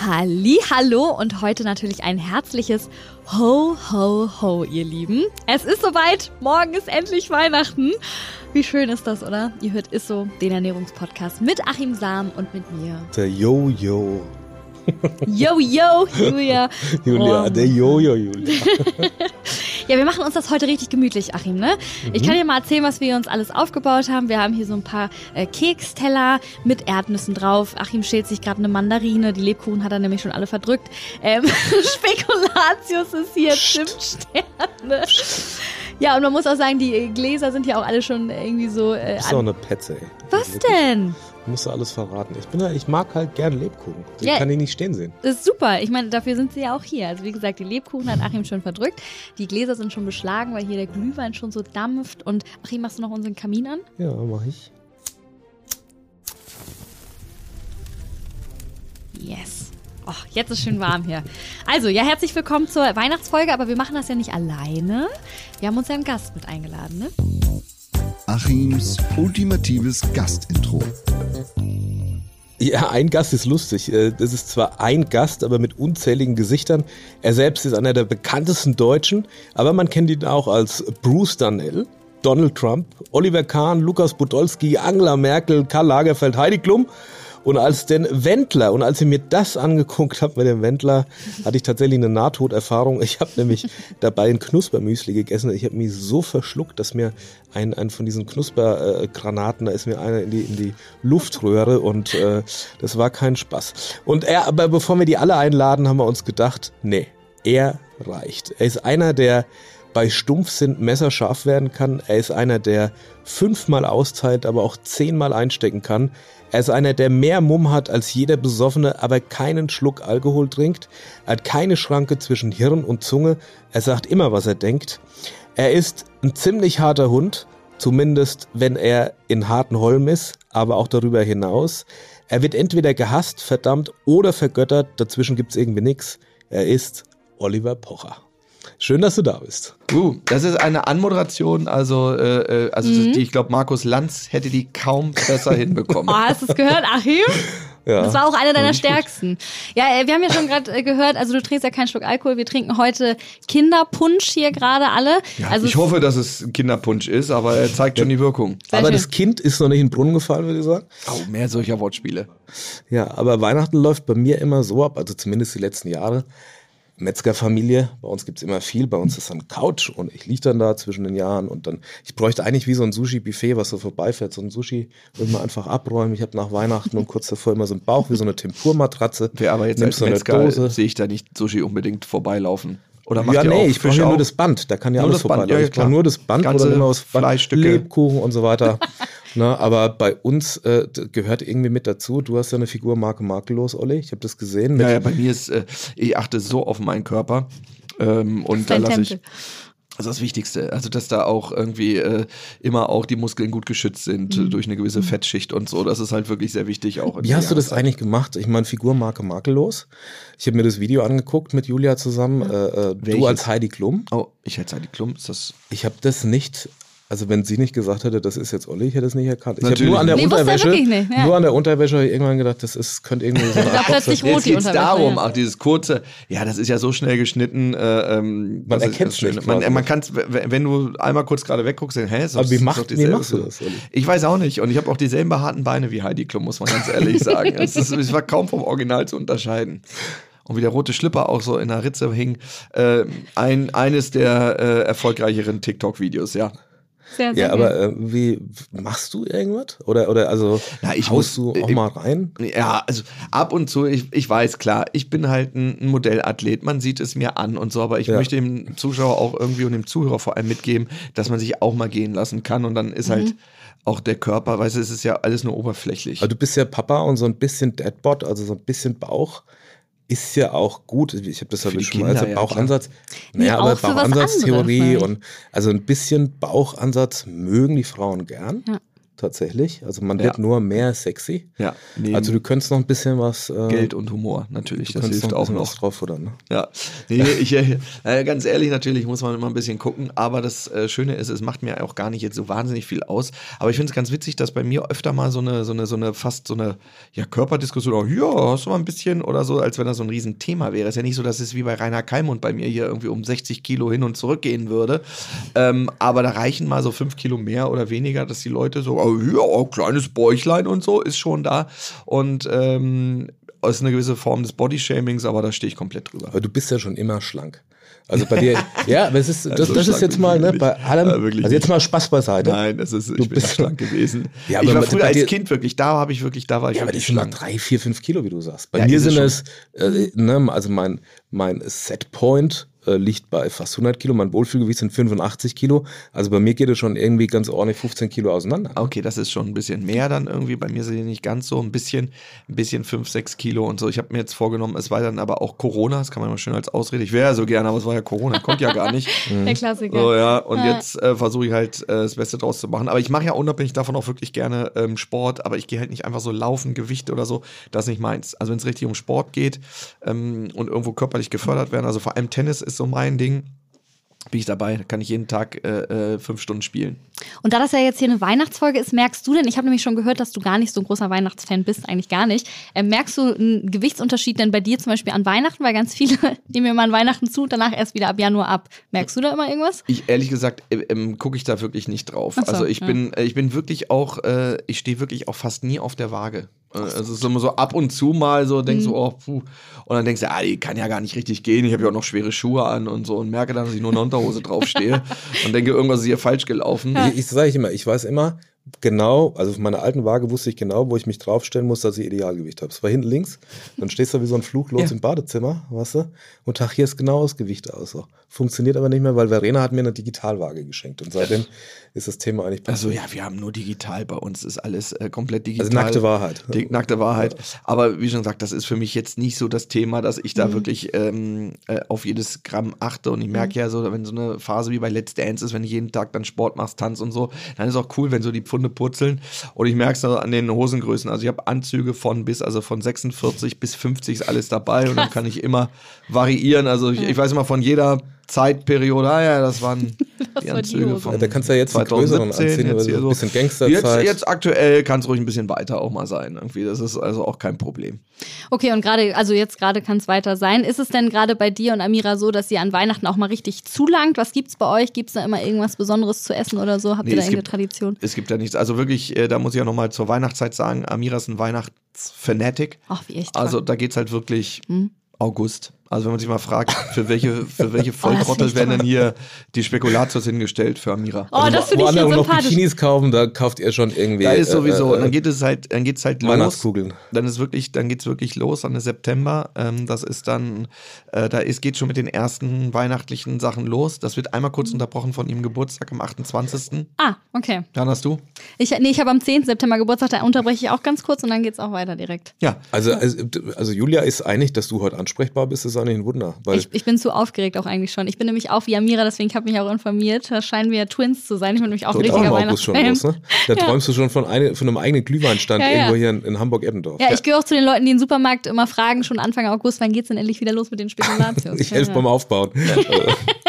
Halli, hallo und heute natürlich ein herzliches Ho, ho, ho, ihr Lieben. Es ist soweit, morgen ist endlich Weihnachten. Wie schön ist das, oder? Ihr hört Isso, den Ernährungspodcast mit Achim Sam und mit mir. Der Jojo. Yo, yo, Julia. Julia, Oh. der Jojo, Julia. Ja, wir machen uns das heute richtig gemütlich, Achim, ne? Ich kann dir mal erzählen, was wir uns alles aufgebaut haben. Wir haben hier so ein paar äh, Keksteller mit Erdnüssen drauf. Achim schält sich gerade eine Mandarine. Die Lebkuchen hat er nämlich schon alle verdrückt. Ähm, Spekulatius ist hier, Zimtsterne. Ja, und man muss auch sagen, die äh, Gläser sind ja auch alle schon irgendwie so... Äh, Das ist auch an eine Petze, ey. was denn? Musst du alles verraten. Ich, bin, ja- ich mag halt gern Lebkuchen. Ich Ja. kann die nicht stehen sehen. Das ist super. Ich meine, dafür sind sie ja auch hier. Also wie gesagt, die Lebkuchen hat Achim schon verdrückt. Die Gläser sind schon beschlagen, weil hier der Glühwein schon so dampft. Und Achim, machst du noch unseren Kamin an? Ja, mach ich. Yes. Och, jetzt ist schön warm hier. Also, ja, herzlich willkommen zur Weihnachtsfolge, aber wir machen das ja nicht alleine. Wir haben uns ja einen Gast mit eingeladen, ne? Achims ultimatives Gastintro. Ja, ein Gast ist lustig. Äh, Das ist zwar ein Gast, aber mit unzähligen Gesichtern. Er selbst ist einer der bekanntesten Deutschen, aber man kennt ihn auch als Bruce Dunhill, Donald Trump, Oliver Kahn, Lukas Podolski, Angela Merkel, Karl Lagerfeld, Heidi Klum und als den Wendler. Und als ich mir das angeguckt habe mit dem Wendler, hatte ich tatsächlich eine Nahtoderfahrung. Ich habe nämlich dabei ein Knuspermüsli gegessen. Ich habe mich so verschluckt, dass mir ein, ein von diesen Knuspergranaten, da ist mir einer in die, in die Luftröhre und äh, das war kein Spaß. Und er, aber bevor wir die alle einladen, haben wir uns gedacht, nee, er reicht. Er ist einer, der bei Stumpfsinn messerscharf werden kann. Er ist einer, der fünfmal austeilt, aber auch zehnmal einstecken kann. Er ist einer, der mehr Mumm hat als jeder Besoffene, aber keinen Schluck Alkohol trinkt. Er hat keine Schranke zwischen Hirn und Zunge. Er sagt immer, was er denkt. Er ist ein ziemlich harter Hund, zumindest wenn er in Hartenholm ist, aber auch darüber hinaus. Er wird entweder gehasst, verdammt oder vergöttert. Dazwischen gibt's irgendwie nix. Er ist Oliver Pocher. Schön, dass du da bist. Uh, das ist eine Anmoderation, also, äh, äh, also Mhm. die, ich glaube, Markus Lanz hätte die kaum besser Oh, hinbekommen. hast du es gehört, Achim? Ja. Das war auch einer deiner Und- stärksten. Ja, äh, wir haben ja schon gerade äh, gehört, also du trinkst ja keinen Schluck Alkohol. Wir trinken heute Kinderpunsch hier gerade alle. also ich hoffe, dass es ein Kinderpunsch ist, aber er zeigt schon die Wirkung. Sehr aber schön. das Kind ist noch nicht in den Brunnen gefallen, würde ich sagen. Oh, mehr solcher Wortspiele. Ja, aber Weihnachten läuft bei mir immer so ab, also zumindest die letzten Jahre. Metzgerfamilie, bei uns gibt's immer viel, bei uns ist dann Couch und ich lieg dann da zwischen den Jahren und dann, ich bräuchte eigentlich wie so ein Sushi-Buffet, was so vorbeifährt, so ein Sushi, würde man einfach abräumen. Ich habe nach Weihnachten und kurz davor immer so einen Bauch wie so eine Tempurmatratze. Wer aber jetzt Nimmst als du eine Metzger Dose. sehe ich da nicht Sushi unbedingt vorbeilaufen. Oder macht Ja, ihr nee, auch ich brauche Fisch ja nur auch? das Band. Da kann ja Nur alles das Band, vorbei. ja, ja, ich brauche klar. nur das Band Ganze oder nur das Band, Fleischstücke. Lebkuchen und so weiter. Na, aber bei uns äh, d- gehört irgendwie mit dazu. Du hast ja eine Figur Marke Makellos, Olli. Ich habe das gesehen. Mit, Ja, ja, bei mir ist, äh, ich achte so auf meinen Körper. Ähm, und da dein lasse ich. Tempel. Also das Wichtigste, also dass da auch irgendwie äh, immer auch die Muskeln gut geschützt sind Mhm. äh, durch eine gewisse Fettschicht und so. Das ist halt wirklich sehr wichtig auch. in Wie der hast du das Jahreszeit. eigentlich gemacht? Ich meine, Figurmarke Makellos. Ich habe mir das Video angeguckt mit Julia zusammen. Äh, äh, du Welches? als Heidi Klum. Oh, ich hätte Heidi Klum, ist das. Ich habe das nicht Also wenn sie nicht gesagt hätte, das ist jetzt Olli, ich hätte es nicht erkannt. Ich habe Natürlich nur an der nicht. Nee, wusste er Unterwäsche, wirklich nicht, ja. nur an der Unterwäsche habe ich irgendwann gedacht, das ist, könnte irgendwie so eine Da Art Boxer- plötzlich rot Jetzt die geht's Unterwäsche. darum, ja. auch dieses kurze, ja, das ist ja so schnell geschnitten. Äh, ähm, Man das ist erkennt's das Schöne. nicht, glaub Man, ich. man kann's, w- wenn du einmal kurz gerade wegguckst, dann, hä, ist doch- Aber wie, ist doch macht, wie dieselbe machst du Sache. das, Olli? Ich weiß auch nicht. Und ich habe auch dieselben behaarten Beine wie Heidi Klum, muss man ganz ehrlich sagen. Es, ist, es war kaum vom Original zu unterscheiden. Und wie der rote Schlipper auch so in der Ritze hing. Äh, ein, eines der äh, erfolgreicheren TikTok-Videos, ja. Sehr, sehr Ja, gut. aber äh, wie machst du irgendwas? Oder, oder also Na, ich haust muss- äh, du auch ich- mal rein? Ja, also ab und zu, ich, ich weiß, klar, ich bin halt ein ein Modellathlet, man sieht es mir an und so, aber ich Ja. möchte dem Zuschauer auch irgendwie und dem Zuhörer vor allem mitgeben, dass man sich auch mal gehen lassen kann und dann ist halt auch der Körper, weißt du, es ist ja alles nur oberflächlich. Aber du bist ja Papa und so ein bisschen Deadbot, also so ein bisschen Bauch ist ja auch gut. Ich habe das ja Für die schon mal Kinder, erzählt, ja, Bauchansatz. Nee, Naja, aber auch für was Bauchansatztheorie anderes, ne? und also ein bisschen Bauchansatz mögen die Frauen gern. Ja. Tatsächlich. Also man Ja. wird nur mehr sexy. ja, neben Also du könntest noch ein bisschen was. Äh, Geld und Humor natürlich, du das könntest hilft noch ein auch bisschen noch. was drauf, oder? Ne? Ja, nee, ich, äh, äh, ganz ehrlich, natürlich muss man immer ein bisschen gucken, aber das äh, Schöne ist, es macht mir auch gar nicht jetzt so wahnsinnig viel aus. Aber ich finde es ganz witzig, dass bei mir öfter mal so eine, so eine, so eine fast so eine ja, Körperdiskussion, oh, ja, hast du mal ein bisschen oder so, als wenn das so ein Riesenthema wäre. Ist ja nicht so, dass es wie bei Rainer Keimund bei mir hier irgendwie um 60 Kilo hin und zurück gehen würde. Ähm, aber da reichen mal so fünf Kilo mehr oder weniger, dass die Leute so, oh, ja, oh, kleines Bäuchlein und so ist schon da. Und ähm, es ist eine gewisse Form des Bodyshamings, aber da stehe ich komplett drüber. Aber du bist ja schon immer schlank. Also bei dir, ja, aber es ist, das, Also das schlank ist jetzt bin mal, ich ne, nicht. bei allem, Ja, wirklich also jetzt nicht. mal Spaß beiseite. Nein, das ist, Du ich bin bist- da schlank gewesen. Ja, ich aber war bei- früher bei als dir- Kind wirklich, da habe ich wirklich, da war ich Ja, aber das wirklich sind mal schlank. drei, vier, fünf Kilo, wie du sagst. Bei Ja, mir ist es sind es, äh, ne, also mein, mein Setpoint äh, liegt bei fast 100 Kilo, mein Wohlfühlgewicht sind 85 Kilo. Also bei mir geht es schon irgendwie ganz ordentlich 15 Kilo auseinander. Okay, das ist schon ein bisschen mehr dann irgendwie. Bei mir sind die nicht ganz so ein bisschen, ein bisschen fünf, sechs Kilo und so. Ich habe mir jetzt vorgenommen, es war dann aber auch Corona, das kann man immer schön als Ausrede. Ich wäre ja so gerne, aber es war ja Corona, konnte ja gar nicht. mhm. Der Klassiker. So, ja, und Ja. jetzt äh, versuche ich halt äh, das Beste draus zu machen. Aber ich mache ja unabhängig davon auch wirklich gerne ähm, Sport, aber ich gehe halt nicht einfach so laufen, Gewichte oder so. Das ist nicht meins. Also wenn es richtig um Sport geht ähm, und irgendwo körperlich gefördert werden, also vor allem Tennis ist so mein Ding, bin ich dabei. Da kann ich jeden Tag äh, äh, fünf Stunden spielen. Und da das ja jetzt hier eine Weihnachtsfolge ist, merkst du denn, ich habe nämlich schon gehört, dass du gar nicht so ein großer Weihnachtsfan bist, eigentlich gar nicht. Ähm, merkst du einen Gewichtsunterschied denn bei dir zum Beispiel an Weihnachten? Weil ganz viele nehmen mir mal an Weihnachten zu und danach erst wieder ab Januar ab. Merkst du da immer irgendwas? Ich ehrlich gesagt äh, ähm, gucke ich da wirklich nicht drauf. Ach so, also ich ja. bin, äh, ich bin wirklich auch, äh, ich stehe wirklich auch fast nie auf der Waage. Äh, Also es ist immer so ab und zu mal so, Mhm. denkst du, oh, puh. Und dann denkst du, ah, die kann ja gar nicht richtig gehen. Ich habe ja auch noch schwere Schuhe an und so und merke dann, dass ich nur in der Unterhose draufstehe und denke, irgendwas ist hier falsch gelaufen. Ich, ich sage ich immer, ich weiß immer genau, also auf meiner alten Waage wusste ich genau, wo ich mich draufstellen muss, dass ich Idealgewicht habe. Es war hinten links, dann stehst du wie so ein Fluch los Ja. im Badezimmer, weißt du, und tach hier ist genau das Gewicht aus. So. Funktioniert aber nicht mehr, weil Verena hat mir eine Digitalwaage geschenkt und seitdem ist das Thema eigentlich Also ja, wir haben nur digital bei uns, ist alles äh, komplett digital. Also nackte Wahrheit. Die nackte Wahrheit. Aber wie schon gesagt, das ist für mich jetzt nicht so das Thema, dass ich da Mhm. wirklich ähm, äh, auf jedes Gramm achte. Und ich merke Mhm. ja so, wenn so eine Phase wie bei Let's Dance ist, wenn du jeden Tag dann Sport machst, Tanz und so, dann ist auch cool, wenn so die Pfunde purzeln. Und ich merke es an den Hosengrößen. Also ich habe Anzüge von bis, also von 46 bis 50 ist alles dabei. Und dann kann ich immer variieren. Also ich, ich weiß immer von jeder Zeitperiode, ah ja, das waren die war die Anzüge Hose. von. Ja, da kannst du ja jetzt einen größeren 2017, anziehen, jetzt jetzt hier so ein so. bisschen Jetzt, Gangsterzeit. jetzt aktuell kann es ruhig ein bisschen weiter auch mal sein. Irgendwie. Das ist also auch kein Problem. Okay, und gerade, also jetzt gerade kann es weiter sein. Ist es denn gerade bei dir und Amira so, dass ihr an Weihnachten auch mal richtig zulangt? Was gibt's bei euch? Gibt's da immer irgendwas Besonderes zu essen oder so? Habt Nee, ihr da es irgendeine gibt- Tradition? Es gibt ja nichts. Also wirklich, äh, da muss ich auch nochmal zur Weihnachtszeit sagen, Amira ist ein Weihnachtsfanatic. Ach, wie echt. Also Also, da geht es halt wirklich Hm. August. Also wenn man sich mal fragt, für welche, für welche Oh, das finde Volltrottel ich werden toll. denn hier die Spekulatius hingestellt für Amira? Also oh, das finde wo ich so andere noch sympathisch. Bikinis kaufen, da kauft ihr schon irgendwie. Da ist äh, sowieso, äh, und dann geht es halt, dann geht's halt los. Weihnachtskugeln. Dann ist wirklich, dann geht's wirklich los, dann ist September. Ähm, das ist dann, äh, da ist, geht schon mit den ersten weihnachtlichen Sachen los. Das wird einmal kurz unterbrochen von ihrem Geburtstag am 28. Ah, okay. Dann hast du? Ich, nee, ich habe am 10. September Geburtstag, da unterbreche ich auch ganz kurz und dann geht's auch weiter direkt. Ja. Also, also, also Julia ist einig, dass du heute ansprechbar bist, ist eigentlich ein Wunder. Weil Ich, ich bin zu aufgeregt auch eigentlich schon. Ich bin nämlich auch wie Amira, deswegen habe ich mich auch informiert. Da scheinen wir Twins zu sein. Ich bin nämlich auch ein dort auch im richtiger August schon Weihnachtsfan. los, ne? Da Ja. träumst du schon von, eine, von einem eigenen Glühweinstand Ja, ja. irgendwo hier in, in Hamburg-Eppendorf. Ja, ich gehöre auch zu den Leuten, die im Supermarkt immer fragen, schon Anfang August, wann geht's denn endlich wieder los mit den Spekulatius? Ich helfe Ja. beim Aufbauen. Also,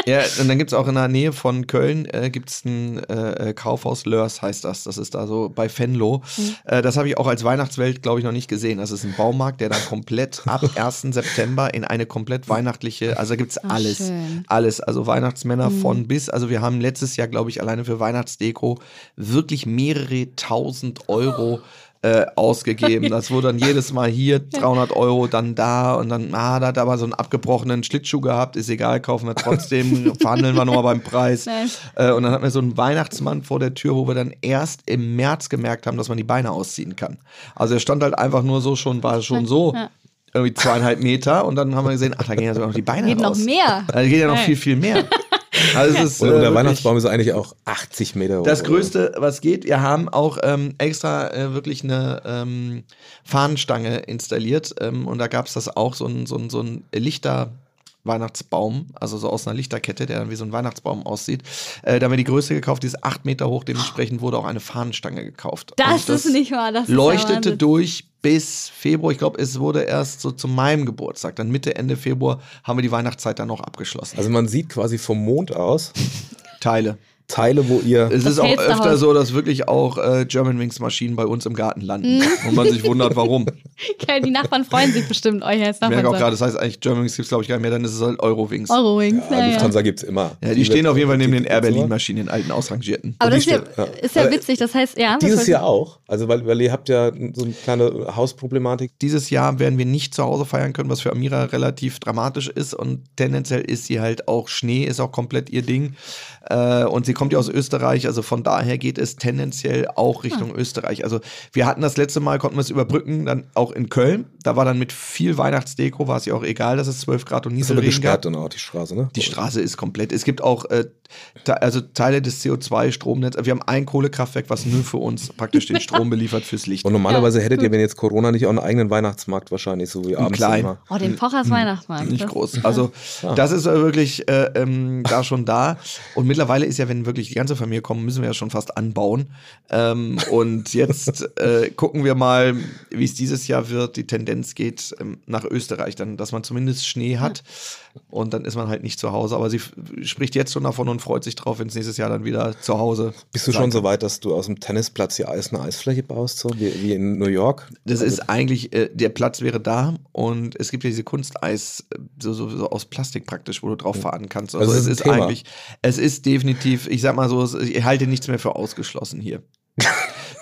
Ja, und dann gibt es auch in der Nähe von Köln äh, gibt's ein äh, äh, Kaufhaus Lörs, heißt das. Das ist da so bei Venlo. Äh, das habe ich auch als Weihnachtswelt, glaube ich, noch nicht gesehen. Das ist ein Baumarkt, der dann komplett ab 1. September in eine komplett weihnachtliche, also da gibt es Ah, alles. schön. Alles. Also Weihnachtsmänner Mhm. von bis. Also wir haben letztes Jahr, glaube ich, alleine für Weihnachtsdeko wirklich mehrere tausend Euro. Äh, ausgegeben. Das wurde dann jedes Mal hier 300 Euro, dann da und dann, ah, da hat er aber so einen abgebrochenen Schlittschuh gehabt, ist egal, kaufen wir trotzdem, verhandeln wir nochmal beim Preis. Nein. Äh, und dann hatten wir so einen Weihnachtsmann vor der Tür, wo wir dann erst im März gemerkt haben, dass man die Beine ausziehen kann. Also er stand halt einfach nur so schon, war schon so. Ja. Irgendwie zweieinhalb Meter und dann haben wir gesehen, ach, da gehen ja sogar noch die Beine Geht noch raus. mehr. Da geht ja noch viel, viel mehr. Also es ist, Und äh, der wirklich- Weihnachtsbaum ist eigentlich auch 80 Meter hoch. das oder? Größte, was geht, wir haben auch ähm, extra äh, wirklich eine ähm, Fahnenstange installiert ähm, und da gab es das auch, so ein, so ein, so ein Lichter. Weihnachtsbaum, also so aus einer Lichterkette, der dann wie so ein Weihnachtsbaum aussieht. Äh, da haben wir die Größe gekauft, die ist 8 Meter hoch, dementsprechend wurde auch eine Fahnenstange gekauft. Das, Und ist nicht wahr. Das ist leuchtete der Wahnsinn. durch bis Februar. Ich glaube, es wurde erst so zu meinem Geburtstag. Dann Mitte, Ende Februar haben wir die Weihnachtszeit dann noch abgeschlossen. Also man sieht quasi vom Mond aus Teile. Teile, wo ihr Es Das ist auch hellste öfter Haus. so, dass wirklich auch äh, Germanwings Maschinen bei uns im Garten Mhm. landen und man sich wundert, warum. Okay, die Nachbarn freuen sich bestimmt euch als Ich merke auch gerade, Nachbarn. das heißt eigentlich Germanwings gibt es glaube ich gar nicht mehr, dann ist es halt Eurowings. Eurowings. ja, Ja, ja. Lufthansa gibt's immer. ja, die stehen wird- auf jeden Fall neben den Air gibt's immer. Berlin Maschinen, den alten ausrangierten. Aber das ist die ja, stimmt, ja. ist ja Aber witzig. Das heißt, ja. was Dieses wollt ihr- Jahr auch. Also weil, weil ihr habt ja so eine kleine Hausproblematik. Dieses Jahr werden wir nicht zu Hause feiern können, was für Amira relativ dramatisch ist und tendenziell ist sie halt auch Schnee, ist auch komplett ihr Ding. Äh, und sie kommt ja aus Österreich, also von daher geht es tendenziell auch Richtung Österreich. Also wir hatten das letzte Mal, konnten wir es überbrücken, dann auch in Köln. Da war dann mit viel Weihnachtsdeko, war es ihr auch egal, dass es 12 Grad und Ist aber Nieselregen gab. gesperrt dann auch die Straße, ne? Die Straße ist komplett. Es gibt auch äh, te also Teile des CO2-Stromnetzes. Wir haben ein Kohlekraftwerk, was nur für uns praktisch den Strom beliefert fürs Licht. Und normalerweise hättet Hm. ihr, wenn jetzt Corona nicht auch einen eigenen Weihnachtsmarkt wahrscheinlich, so wie abends kleinen. immer. Oh, den Pochers Weihnachtsmarkt. Nicht Das- groß. Also das ist äh, wirklich äh, ähm, da schon da. Und mittlerweile ist ja, wenn wirklich die ganze Familie kommt, müssen wir ja schon fast anbauen. Ähm, und jetzt äh, gucken wir mal, wie es dieses Jahr wird. Die Tendenz geht ähm, nach Österreich, dann, dass man zumindest Schnee hat. Und dann ist man halt nicht zu Hause. Aber sie f- spricht jetzt schon davon und freut sich drauf, wenn es nächstes Jahr dann wieder zu Hause Bist du sein schon kann. so weit, dass du aus dem Tennisplatz hier Eis eine Eisfläche baust, so wie, wie in New York? Das ist eigentlich, äh, der Platz wäre da und es gibt ja diese Kunsteis, äh, so, so, so aus Plastik praktisch, wo du drauf fahren kannst. Also, Also es es ist ist ein Thema. eigentlich, es ist definitiv, ich sag mal so, es- ich halte nichts mehr für ausgeschlossen hier.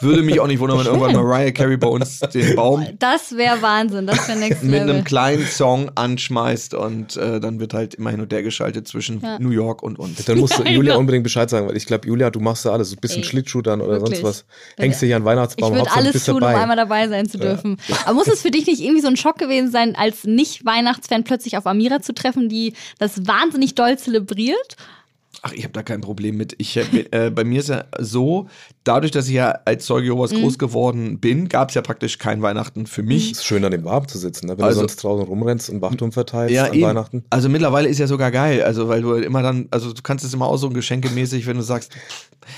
Würde mich auch nicht wundern, wenn irgendwann Mariah Carey bei uns den Baum Das wäre Wahnsinn. Das wäre Next mit einem Level. kleinen Song anschmeißt und äh, dann wird halt immer hin und her geschaltet zwischen New York und uns. Dann musst du Nein, Julia doch. unbedingt Bescheid sagen, weil ich glaube, Julia, du machst ja alles. Du bist ein Ey, Schlittschuh dann oder wirklich. sonst was. Hängst dich an den Ich Weihnachtsbaum, würde Hauptsache, du alles bist tun, um dabei. einmal dabei sein zu dürfen. Aber muss es für dich nicht irgendwie so ein Schock gewesen sein, als Nicht-Weihnachtsfan plötzlich auf Amira zu treffen, die das wahnsinnig doll zelebriert? Ach, ich habe da kein Problem mit. Ich, äh, äh, bei mir ist ja so, dadurch, dass ich ja als Zeuge Jehovas groß geworden bin, gab es ja praktisch kein Weihnachten für mich. Ist schön, an dem Abend zu sitzen, ne? wenn Also- du sonst draußen rumrennst und Wachturm verteilst an eben. Weihnachten. Also mittlerweile ist ja sogar geil. Also, weil du halt immer dann, also du kannst es immer aussuchen, geschenkemäßig, wenn du sagst,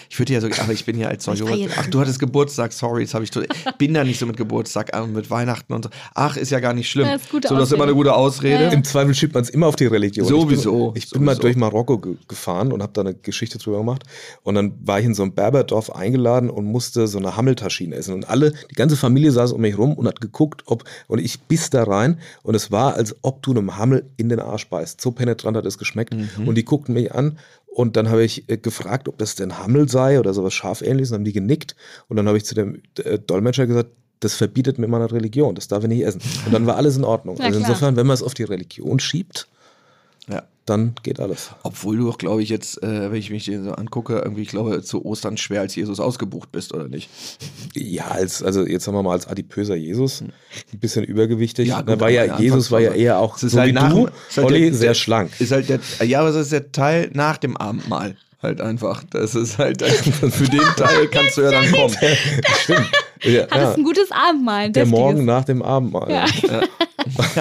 ich würde ja so, aber ich bin ja als Ich Zeuge. war jetzt- Ach, du hattest Geburtstag, sorry, jetzt habe ich, to- ich bin da nicht so mit Geburtstag an, mit Weihnachten und so. Ach, ist ja gar nicht schlimm. Ja, ist gute so, das ist immer Ausrede. eine gute Ausrede. Im Zweifel schiebt man es immer auf die Religion. Sowieso, Ich bin, ich bin mal sowieso. durch Marokko ge gefahren und habe da eine Geschichte drüber gemacht. Und dann war ich in so einem Berberdorf eingeladen und musste so eine Hammeltaschine essen. Und alle, die ganze Familie saß um mich rum und hat geguckt, ob. Und ich biss da rein. Und es war, als ob du einem Hammel in den Arsch beißt. So penetrant hat es geschmeckt. Mhm. Und die guckten mich an. Und dann habe ich äh, gefragt, ob das denn Hammel sei oder sowas Schafähnliches. Und haben die genickt. Und dann habe ich zu dem äh, Dolmetscher gesagt, das verbietet mir meine Religion, das darf ich nicht essen. Und dann war alles in Ordnung. Na also klar. insofern, wenn man es auf die Religion schiebt, Ja. dann geht alles. Obwohl du auch, glaube ich, jetzt, äh, wenn ich mich dir so angucke, irgendwie, ich glaube, zu Ostern schwer als Jesus ausgebucht bist, oder nicht? Ja, als, also jetzt sagen wir mal als adipöser Jesus, ein bisschen übergewichtig. Hm. Ja, Ja, gut, war aber ja, der Jesus war ja Anfangsphase. eher auch Es ist so halt wie nach- du, es ist halt Olli, der- sehr schlank. Ist halt der, ja, aber das ist der Teil nach dem Abendmahl. Halt einfach. Das ist halt, für den Teil kannst du ja dann kommen. Stimmt. Ja, Hattest ja. ein gutes Abendmahl. ein Der deftiges. Morgen nach dem Abendmahl. Ja. Ja.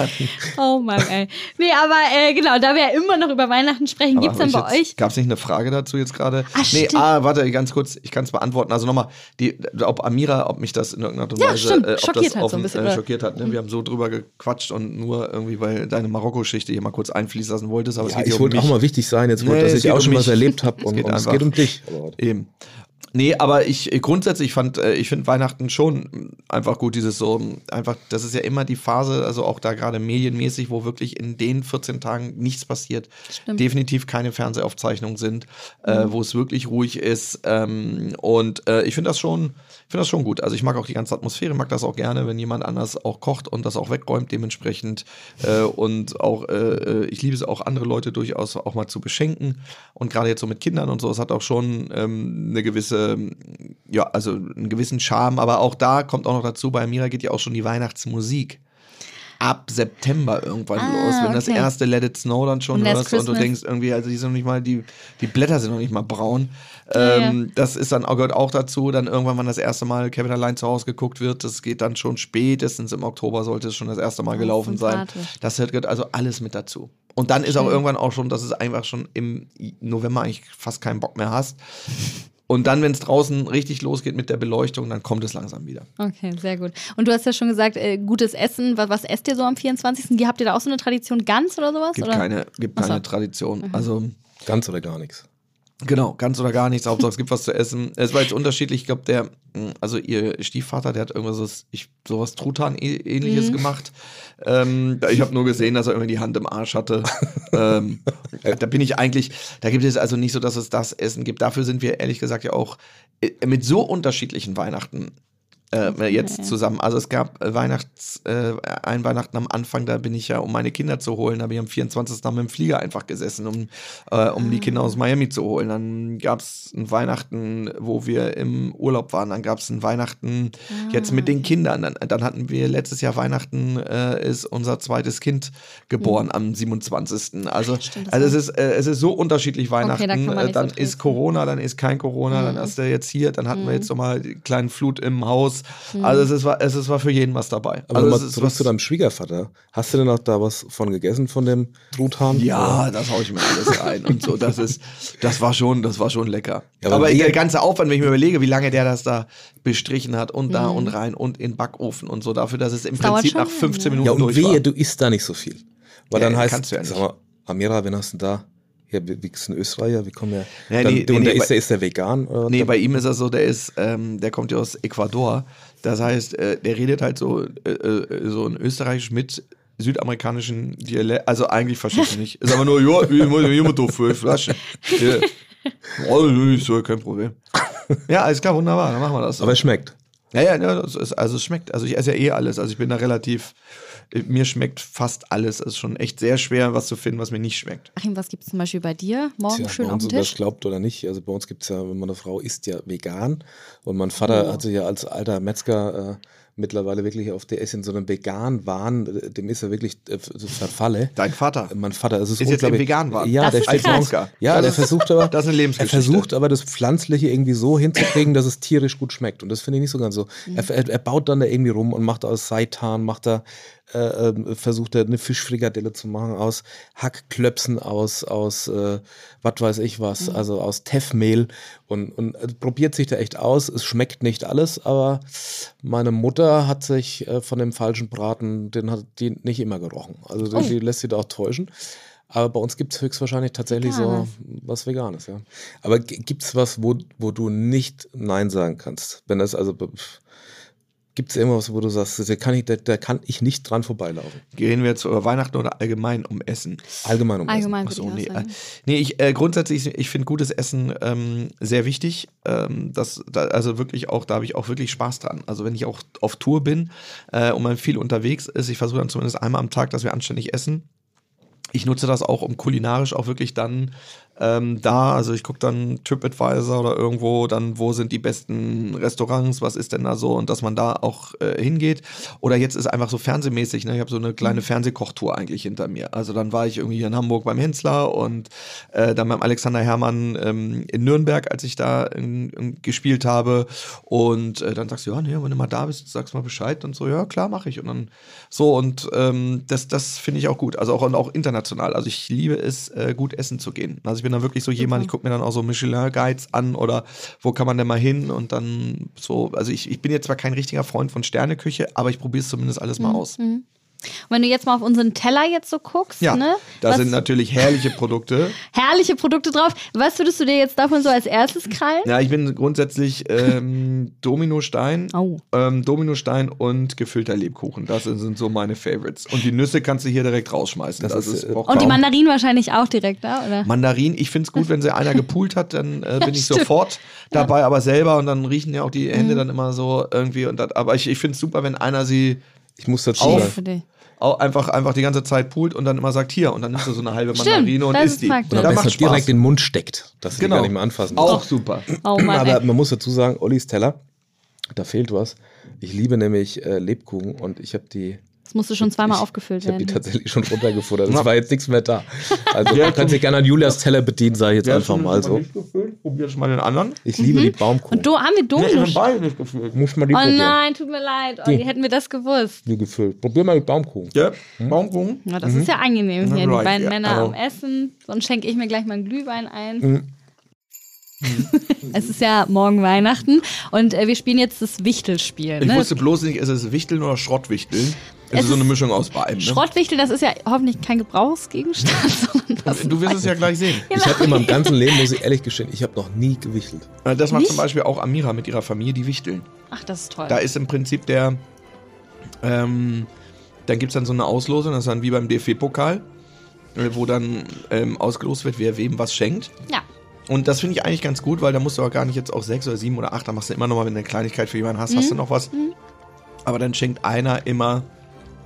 Oh Mann, ey. Nee, aber äh, genau, da wir ja immer noch über Weihnachten sprechen, gibt es dann bei euch. Gab es nicht eine Frage dazu jetzt gerade? Ah, nee, stimmt. ah, warte, ganz kurz, ich kann es beantworten. Also nochmal, die- ob Amira, ob mich das in irgendeiner Art und Ja, Weise stimmt. äh, ob Schockiert das hat so ein offen, bisschen, äh, oder? Mhm. schockiert hat. Ne? Wir haben so drüber gequatscht und nur irgendwie, weil deine Marokko-Schichte hier mal kurz einfließen lassen wolltest. Aber es Ja, geht ich hier um wollte auch mich. mal wichtig sein, jetzt, Nee, wollte, dass es ich geht auch um schon was mich. erlebt habe. Und, geht und es einfach. geht um dich. Eben. Nee, aber ich ich- grundsätzlich fand, äh, ich finde Weihnachten schon mh, einfach gut, dieses so, mh, einfach, das ist ja immer die Phase, also auch da gerade medienmäßig, wo wirklich in den 14 Tagen nichts passiert, Stimmt. definitiv keine Fernsehaufzeichnungen sind, Mhm. äh, wo es wirklich ruhig ist. Ähm, und äh, ich finde das schon, ich finde das schon gut. Also ich mag auch die ganze Atmosphäre, mag das auch gerne, wenn jemand anders auch kocht und das auch wegräumt dementsprechend. Äh, und auch, äh, äh, ich liebe es auch, andere Leute durchaus auch mal zu beschenken. Und gerade jetzt so mit Kindern und so, es hat auch schon ähm, eine gewisse, ja, also einen gewissen Charme. Aber auch da kommt auch noch dazu, bei Mira geht ja auch schon die Weihnachtsmusik. Ab September irgendwann Ah, los, wenn das okay. erste Let It Snow dann schon Und Last hörst und du Christmas. denkst irgendwie, also die sind noch nicht mal, die, die Blätter sind noch nicht mal braun. Ja, ähm, Das ist dann, gehört auch dazu, dann irgendwann, wenn das erste Mal Kevin allein zu Hause geguckt wird, das geht dann schon spätestens im Oktober, sollte es schon das erste Mal Oh, gelaufen sein. sympathisch. Das gehört also alles mit dazu. Und dann ist auch irgendwann auch schon, dass es einfach schon im November eigentlich fast keinen Bock mehr hast. Und dann, wenn es draußen richtig losgeht mit der Beleuchtung, dann kommt es langsam wieder. Okay, sehr gut. Und du hast ja schon gesagt, äh, gutes Essen. Was, was esst ihr so am 24.? Habt ihr da auch so eine Tradition ganz oder sowas? Gibt oder? keine, gibt Ach so. Mhm. keine Tradition. Also Ganz oder gar nichts. Genau, ganz oder gar nichts. Hauptsache es gibt was zu essen. Es war jetzt unterschiedlich. Ich glaube, der, mh, also ihr Stiefvater, der hat irgendwas, so- ich, sowas Truthahn-ähnliches gemacht. Ähm, da- ich habe nur gesehen, dass er irgendwie die Hand im Arsch hatte. ähm, da bin ich eigentlich, da gibt es also nicht so, dass es das Essen gibt. Dafür sind wir ehrlich gesagt ja auch äh, mit so unterschiedlichen Weihnachten äh, jetzt zusammen. Also es gab äh, Weihnachts, äh, ein Weihnachten am Anfang, da bin ich ja, um meine Kinder zu holen, da bin ich am 24. am im Flieger einfach gesessen, um, äh, um die Mhm. Kinder aus Miami zu holen. Dann gab es ein Weihnachten, wo wir im Urlaub waren. Dann gab es ein Weihnachten jetzt mit Ah. den Kindern. Dann, dann hatten wir letztes Jahr Weihnachten äh, ist unser zweites Kind geboren am 27. Also, Mhm. das also war- es ist äh, es ist so unterschiedlich Weihnachten. da kann man Äh, nicht so Mhm. dann drehen. ist Corona, dann ist kein Corona, dann ist er jetzt hier, dann Mhm. hatten wir jetzt nochmal die kleinen Flut im Haus. Also es ist, war- es ist war für jeden was dabei. Aber also nochmal es ist zurück was- zu deinem Schwiegervater. Hast du denn auch da was von gegessen, von dem Truthahn? ja, das hau ich mir alles rein und so. Das ist, das war schon, das war schon lecker. Ja, aber aber wir- der ganze Aufwand, wenn ich mir überlege, wie lange der das da bestrichen hat und da und rein und in den Backofen und so, dafür, dass es im Mhm. dauert Prinzip schon nach 15 Minuten Ja, und durch wehe, war. du isst da nicht so viel. Weil Ja, dann heißt, kannst du ja nicht. sag mal, Amira, wen hast du denn da? Ja, wir, wir sind Österreicher, wir kommen ja. Ja, dann, nee, du- und nee, der, nee, ist, der ist der vegan? Oder Nee, der, bei ihm ist das so, der ist, ähm, der kommt ja aus Ecuador. Das heißt, äh, der redet halt so, äh, äh, so in Österreichisch mit südamerikanischen Dialekt. Also eigentlich verstehe ich nicht. Ist aber nur, ja, ich muss mir immer doof für Flaschen. Ja. Oh, nö, ist so, kein Problem. Ja, alles klar, wunderbar, dann machen wir das. so. aber es schmeckt. ja, ja, ja das ist, also es schmeckt. Also ich esse ja eh alles. Also ich bin da relativ, äh, mir schmeckt fast alles. Es ist schon echt sehr schwer, was zu finden, was mir nicht schmeckt. Achim, was gibt es zum Beispiel bei dir? Morgen Tja, schön bei auf uns, dem ob das Tisch. glaubt oder nicht. Also bei uns gibt es ja, wenn meine Frau isst ja vegan und mein Vater hat sich ja als alter Metzger äh, mittlerweile wirklich auf der ist in so einem vegan Wahn, äh, dem ist er wirklich äh, verfalle. Dein Vater. Mein Vater, das ist, Ist jetzt im unglaublich. Vegan-Wahn. Ja, Das der ist steht krass. morgens. Ja, der Das ist- versucht aber, das ist eine er Lebensgeschichte. versucht aber das Pflanzliche irgendwie so hinzukriegen, dass es tierisch gut schmeckt. Und das finde ich nicht so ganz so. Er, er, er baut dann da irgendwie rum und macht aus Seitan, macht da, äh, ähm, versucht er eine Fischfrikadelle zu machen aus Hackklöpsen, aus, aus, äh, was weiß ich was, also aus Teffmehl und, und äh, probiert sich da echt aus. Es schmeckt nicht alles, aber meine Mutter hat sich äh, von dem falschen Braten, den hat die nicht immer gerochen. Also die, Oh. die lässt sie da auch täuschen. Aber bei uns gibt es höchstwahrscheinlich tatsächlich so Veganes. was Veganes, ja. Aber gibt es was, wo, wo du nicht Nein sagen kannst? Wenn das also gibt es irgendwas, wo du sagst, da kann ich, da, da kann ich nicht dran vorbeilaufen. Reden wir jetzt über Weihnachten oder allgemein um Essen? Allgemein um Allgemein Ach würde so, ich nee, auch äh, sagen. nee, ich äh, grundsätzlich, ich finde gutes Essen ähm, sehr wichtig. Ähm, das, da, also wirklich auch, da habe ich auch wirklich Spaß dran. Also wenn ich auch auf Tour bin äh, und man viel unterwegs ist, ich versuche dann zumindest einmal am Tag, dass wir anständig essen. Ich nutze das auch, um kulinarisch auch wirklich dann ähm, da, also ich gucke dann TripAdvisor oder irgendwo, dann wo sind die besten Restaurants, was ist denn da so und dass man da auch äh, hingeht. Oder jetzt ist einfach so fernsehmäßig, ne? ich habe so eine kleine Fernsehkochtour eigentlich hinter mir. Also dann war ich irgendwie hier in Hamburg beim Hensler und äh, dann beim Alexander Hermann ähm, in Nürnberg, als ich da in, in, gespielt habe. Und äh, dann sagst du, ja, nee, wenn du mal da bist, sagst mal Bescheid und so, ja, klar, mache ich. Und dann so und ähm, das, das finde ich auch gut. Also auch, und auch international. Also ich liebe es, gut essen zu gehen. Also ich bin dann wirklich so jemand, ich gucke mir dann auch so Michelin-Guides an oder wo kann man denn mal hin und dann so. Also ich, ich bin jetzt zwar kein richtiger Freund von Sterneküche, aber ich probiere es zumindest alles mal aus. Mhm. Und wenn du jetzt mal auf unseren Teller jetzt so guckst, Ja, ne? da was- sind natürlich herrliche Produkte. herrliche Produkte drauf. Was würdest du dir jetzt davon so als erstes krallen? Ja, ich bin grundsätzlich ähm, Dominostein, Oh. ähm, Dominostein und gefüllter Lebkuchen. Das sind sind so meine Favorites. Und die Nüsse kannst du hier direkt rausschmeißen. Das ist, äh, braucht Und die kaum- Mandarinen wahrscheinlich auch direkt, ne? oder? Mandarin, ich finde es gut, wenn sie einer gepoolt hat, dann äh, bin ich stimmt. Mhm. sofort dabei, aber selber und dann riechen ja auch die Hände dann immer so irgendwie. Und dat, aber ich, ich finde es super, wenn einer sie Ich muss dazu Auf. sagen. Für dich. au- einfach, einfach die ganze Zeit poolt und dann immer sagt, hier, und dann nimmst du so eine halbe Stimmt, Mandarine und das ist isst die. praktisch. Oder Da besser macht Spaß. Genau. direkt in den Mund steckt, dass du die gar nicht mehr anfassen musst. Auch super. Oh Mann. Aber ey. man muss dazu sagen, Ollis Teller, da fehlt was. Ich liebe nämlich äh, Lebkuchen und ich habe die. Das musste schon zweimal ich, aufgefüllt Ich habe die werden. tatsächlich schon runtergefuttert. Es Ja. war jetzt nichts mehr da. Also Ja, du kannst dich gerne an Julias Teller bedienen, sage ich jetzt einfach mal so. Probier schon mal den anderen. Ich liebe die Mhm. Baumkuchen. Und do, haben wir Domino? Ich beide nicht gefühlt. muss mal die Oh probieren. nein, tut mir leid. Oh, die hätten wir das gewusst. Die gefüllt. Probier mal die Baumkuchen. Ja, Baumkuchen. Ja, das ist ja angenehm hier, die Mhm. Right, beiden ja. Männer Also- Mhm. am Essen. Sonst schenke ich mir gleich mal einen Glühwein ein. es ist ja morgen Weihnachten und äh, wir spielen jetzt das Wichtelspiel. Ich Ne? wusste bloß nicht, ist es Wichteln oder Schrottwichteln? Es, Es ist so eine ist Mischung aus beidem. Ne? Schrottwichtel, das ist ja hoffentlich kein Gebrauchsgegenstand, sondern was Du wirst es ja gleich sehen. Ich habe in meinem ganzen Leben, muss ich ehrlich gestehen, ich habe noch nie gewichtelt. Äh, Das macht Nicht? zum Beispiel auch Amira mit ihrer Familie, die Wichteln. Ach, das ist toll. Da ist im Prinzip der. Ähm, dann gibt es dann so eine Auslosung, das ist dann wie beim DFB-Pokal, äh, wo dann ähm, ausgelost wird, wer wem was schenkt. ja. Und das finde ich eigentlich ganz gut, weil da musst du auch gar nicht jetzt auch sechs oder sieben oder acht, da machst du immer nochmal, wenn du eine Kleinigkeit für jemanden hast, hast Mhm. du noch was. Aber dann schenkt einer immer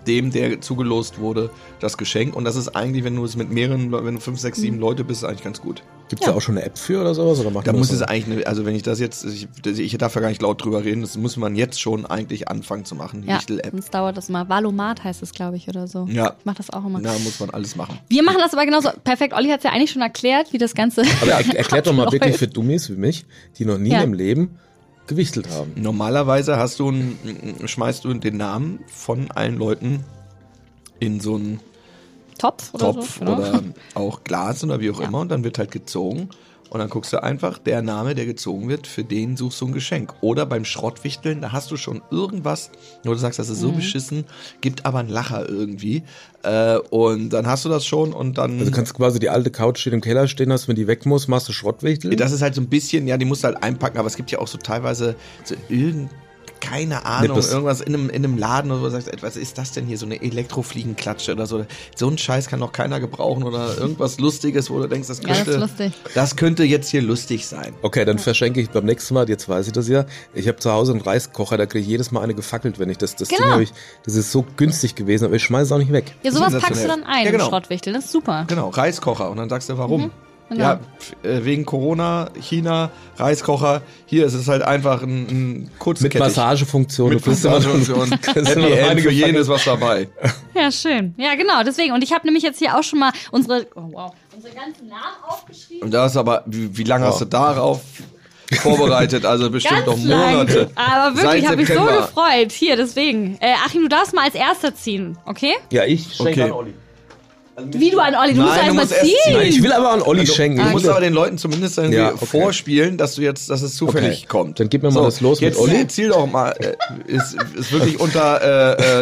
dem, der zugelost wurde, das Geschenk. Und das ist eigentlich, wenn du es mit mehreren, Le- wenn du fünf, sechs, Mhm. sieben Leute bist, eigentlich ganz gut. Gibt es da auch schon eine App für oder sowas? Oder macht Da man muss das es eigentlich, ne- also wenn ich das jetzt, ich, ich darf ja gar nicht laut drüber reden, das muss man jetzt schon eigentlich anfangen zu machen, die ja. Mhm. Wichtel-App. Sonst dauert das mal. Valomat heißt es, glaube ich, oder so. Ja. Ich mach das auch immer. Na, muss man alles machen. Wir machen das aber genauso. Perfekt. Olli hat es ja eigentlich schon erklärt, wie das Ganze. Aber er, erklärt doch mal abläuft. wirklich für Dummies wie mich, die noch nie Ja. im Leben gewichtelt haben. Normalerweise hast du einen, schmeißt du den Namen von allen Leuten in so einen Topf oder so. Topf genau. oder auch Glas oder wie auch immer und dann wird halt gezogen und dann guckst du einfach, der Name, der gezogen wird, für den suchst du ein Geschenk. Oder beim Schrottwichteln, da hast du schon irgendwas, wo du sagst, das ist so Mhm. beschissen, gibt aber einen Lacher irgendwie äh, und dann hast du das schon und dann... Also kannst quasi die alte Couch, die im Keller stehen hast, wenn die weg muss, machst du Schrottwichtel. das ist halt so ein bisschen, ja, die musst du halt einpacken, aber es gibt ja auch so teilweise so irgend... Keine Ahnung, Nippes. irgendwas in einem, in einem Laden oder so, wo du sagst, ey, was ist das denn hier, so eine Elektrofliegenklatsche oder so. So einen Scheiß kann doch keiner gebrauchen oder irgendwas Lustiges, wo du denkst, das Ja, das könnte, ist lustig. das könnte jetzt hier lustig sein. Okay, dann verschenke ich beim nächsten Mal, jetzt weiß ich das ja. Ich habe zu Hause einen Reiskocher, da kriege ich jedes Mal eine gefackelt, wenn ich das, das Ding Genau. habe ich, das ist so günstig gewesen, aber ich schmeiße es auch nicht weg. Ja, sowas packst du Sensationell. dann ein, Ja, ja, genau. Schrottwichtel. Das ist super. Genau, Reiskocher. Und dann sagst du, warum? genau. Ja, pf- äh, wegen Corona, China, Reiskocher. Hier ist es halt einfach ein, ein Mit Kurzkettich. Massagefunktion. Mit du kriegst immer so- Massagefunktion. kriegst immer Happy noch End eine für gefackelt. jeden ist was dabei. Ja, schön. Ja, genau. Deswegen. Und ich habe nämlich jetzt hier auch schon mal unsere, oh, wow, unsere ganzen Namen aufgeschrieben. Und da ist aber, wie, wie lange hast du darauf vorbereitet? Also bestimmt noch Monate. Lang. Aber wirklich, Seit habe mich so September. gefreut. Hier, deswegen. Äh, Achim, du darfst mal als erster ziehen, okay? Ja, ich schenke Okay. an Olli. Wie du an Olli, du Nein, musst du erst mal musst erst ziehen. ziehen. Nein, ich will aber an Olli schenken. Du Ich musst will- aber den Leuten zumindest irgendwie Ja, okay. vorspielen, dass du jetzt, dass es zufällig Okay. kommt. Dann gib mir mal das los mit jetzt Olli. Ziel doch mal. Äh, ist, ist wirklich unter äh,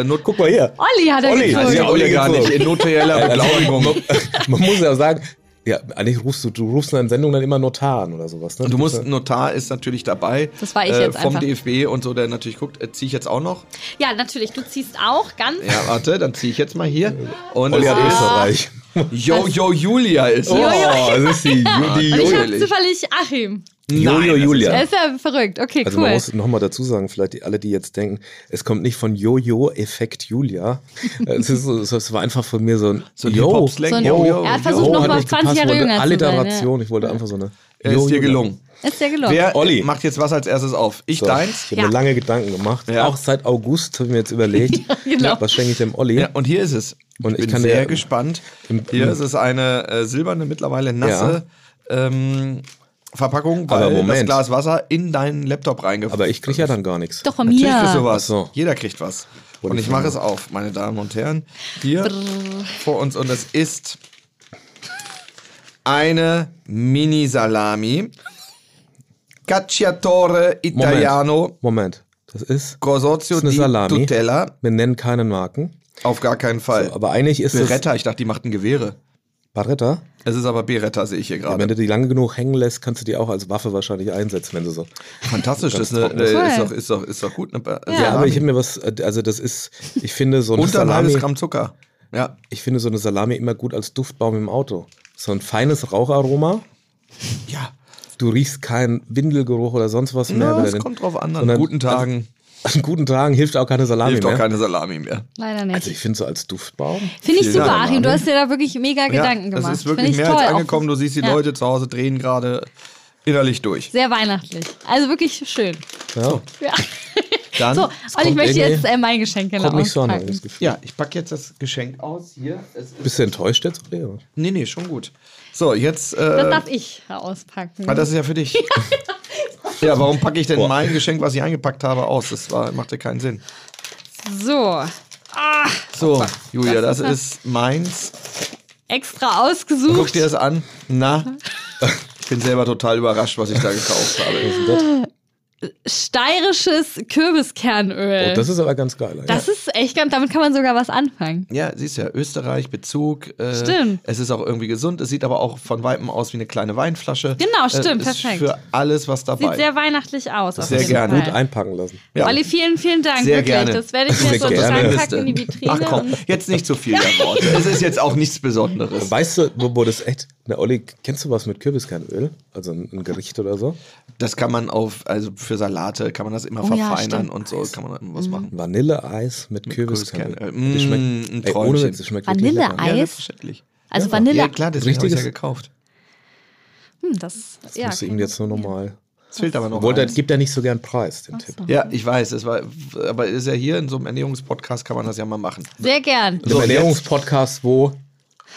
äh, Not. Guck mal hier. Olli hat er Olli, gezogen. Also ja, Olli gar nicht. In notarieller Beglaubigung. Man muss ja sagen, ja, eigentlich rufst du, du rufst in einer Sendung dann immer Notar an oder sowas. Ne? Und du musst, ein Notar ist natürlich dabei. äh, Das war ich jetzt Vom einfach. DFB und so, der natürlich guckt, äh, ziehe ich jetzt auch noch? Ja, natürlich, du ziehst auch ganz. Ja, warte, dann ziehe ich jetzt mal hier. Und Olli hat eh es Österreich. ist, Yo, yo, Julia ist es. das ist die, Ju- die Ah, Und ich Julia. habe zufällig Achim. Jojo Julia. Das ist ja verrückt. Okay, Also cool. man muss nochmal dazu sagen, vielleicht die, alle, die jetzt denken, es kommt nicht von Jojo-Effekt Julia. es, ist, so- es war einfach von mir so ein, So ein Yo. Hip-Hop-Slang. So ein- Yo, yo, er hat yo. versucht, Yo, noch hat mal nicht 20 Jahre gepasst, wurde jünger zu sein. Alliteration, ich wollte einfach so eine Ist dir Jojo- gelungen. Ja. Ist ja gelungen. Wer Olli. macht jetzt was als erstes auf? Ich So, deins. Ich habe Ja. mir lange Gedanken gemacht. Ja. Auch seit August habe ich mir jetzt überlegt, genau. was schenke ich dem Olli? Ja, und hier ist es. Und ich ich bin kann sehr dir- gespannt. Im- hier im- ist es eine äh, silberne, mittlerweile nasse ähm, Verpackung, weil Aber das Moment. Glas Wasser in deinen Laptop reingefallen Aber ich kriege ja dann gar nichts. Doch von Natürlich mir. kriegst du was. Ach so. Jeder kriegt was. Und ich mache es auf, meine Damen und Herren. Hier vor uns. Und es ist eine Mini-Salami. Cacciatore Italiano Moment, das ist, Consorzio Ist eine di Salami. Tutela. wir nennen keine Marken, Auf gar keinen Fall. aber eigentlich ist es Beretta, ich dachte, die machten Gewehre. Barretta. Es ist aber Beretta, sehe ich hier Wenn gerade. du die lange genug hängen lässt, kannst du die auch als Waffe wahrscheinlich einsetzen, wenn du so. Fantastisch, das ist, eine, Ganz trocken. äh, ist, Cool. doch, ist, doch, ist doch gut. Eine Ba- Ja. Ja, aber Salami. ich habe mir was, also das ist, ich finde so eine Unter ein halbes Salami, Gramm Zucker. Ja. ich finde so eine Salami immer gut als Duftbaum im Auto. So ein feines Raucharoma. Ja. Du riechst keinen Windelgeruch oder sonst was mehr. Na, wenn du es den- kommt drauf an. An sondern- guten Tagen An guten Tagen hilft auch keine Salami hilft mehr. auch keine Salami mehr. Leider also nicht. ich finde so als Duftbaum. Finde ich Vielen super, Dank, Achim. Du Armin. hast dir da wirklich mega Gedanken ja, gemacht. Das ist wirklich Finde ich mehr toll. als Auch angekommen. Du siehst die ja. Leute zu Hause drehen gerade innerlich durch. Sehr weihnachtlich. Also wirklich schön. Ja. Ja. Dann, So, und ich kommt möchte irgendwie- jetzt äh, mein Geschenk genau Kommt nicht so an, habe ich auspacken. das Gefühl. ja, ich packe jetzt das Geschenk aus hier. Es ist, Bist du enttäuscht jetzt? Oder? nee, nee, schon gut. So, jetzt. Äh, Das das, darf ich auspacken. das ist ja für dich. ja, warum packe ich denn mein Geschenk, was ich eingepackt habe, aus? Das war, machte keinen Sinn. So, So, Julia, das ist meins. extra ausgesucht. Guck dir das an. Mhm. Na, ich bin selber total überrascht, was ich da gekauft habe. Steirisches Kürbiskernöl. Oh, das ist aber ganz geil. Äh, Das ist echt ganz, damit kann man sogar was anfangen. Ja, siehst du ja, Österreich, Bezug. Äh, Stimmt. Es ist auch irgendwie gesund. Es sieht aber auch von Weitem aus wie eine kleine Weinflasche. Äh, Genau, stimmt, ist perfekt. Für alles, was Sieht dabei sehr weihnachtlich aus. Auf Sehr jeden gerne. Fall. Gut einpacken lassen. Ja. Olli, vielen, vielen Dank. Sehr wirklich. gerne. Das werde ich mir Sehr so gerne. reinpacken in die Vitrine. Ach komm, und- jetzt nicht zu viel der Worte. Es ist jetzt auch nichts Besonderes. Weißt du, wo, wo das echt. Na, Olli, kennst du was mit Kürbiskernöl? Also ein, ein Gericht oder so? Das kann man auf, also für Salate kann man das immer Oh ja, verfeinern stimmt. Mhm. und so kann man irgendwas machen. Vanilleeis mit, Kürbiskernöl. Kürbiskernöl. Die schmeckt, Mm, ein ey, ohne Träumchen. Witz, das schmeckt wirklich lecker. Vanilleeis? selbstverständlich. Also Vanille. Ja, klar, deswegen habe ich ja Richtiges- gekauft. Hm, das, Das ja, musst du ihm jetzt nur nochmal. Es fehlt aber noch Obwohl, der eins. gibt ja nicht so gern Preis, den Tipp. Ja, ich weiß, es war, aber ist ja hier in so einem Ernährungspodcast kann man das ja mal machen. Sehr gern. So, Ernährungspodcast, wo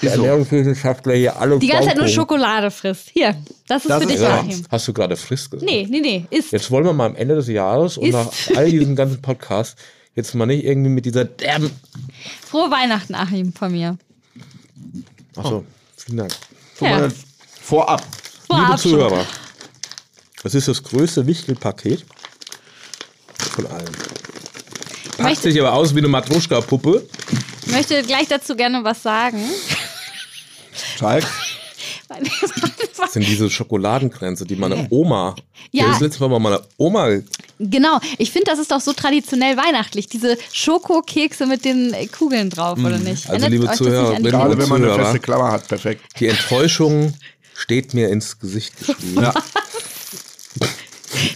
der so. Ernährungswissenschaftler hier alle Die ganze Zeit nur Baumkuchen- Schokolade frisst. Hier, das ist Das für ist dich, wahr. Achim. Hast du gerade Frist gesagt? Nee, nee, nee. Ist. Jetzt wollen wir mal am Ende des Jahres und Ist- nach all diesen ganzen Podcasts jetzt mal nicht irgendwie mit dieser derben. Frohe Weihnachten, Achim, von mir. Achso, vielen Dank. Guck mal, Vorab. Liebe Vorab schon. Zuhörer, das ist das größte Wichtelpaket von allen. Ich Packt möchte, sich aber aus wie eine Matruschka-Puppe. ich möchte gleich dazu gerne was sagen. Schalk. Das sind diese Schokoladenkränze, die meine Oma. Ja. Ja. Das letzte Mal bei meiner Oma. genau, ich finde, das ist doch so traditionell weihnachtlich. Diese Schokokekse mit den äh, Kugeln drauf, oder nicht? Also, liebe Zuhörer, die- wenn- Gerade man eine Zuhörer. feste Klammer hat, perfekt. Die Enttäuschung steht mir ins Gesicht geschrieben. Ja.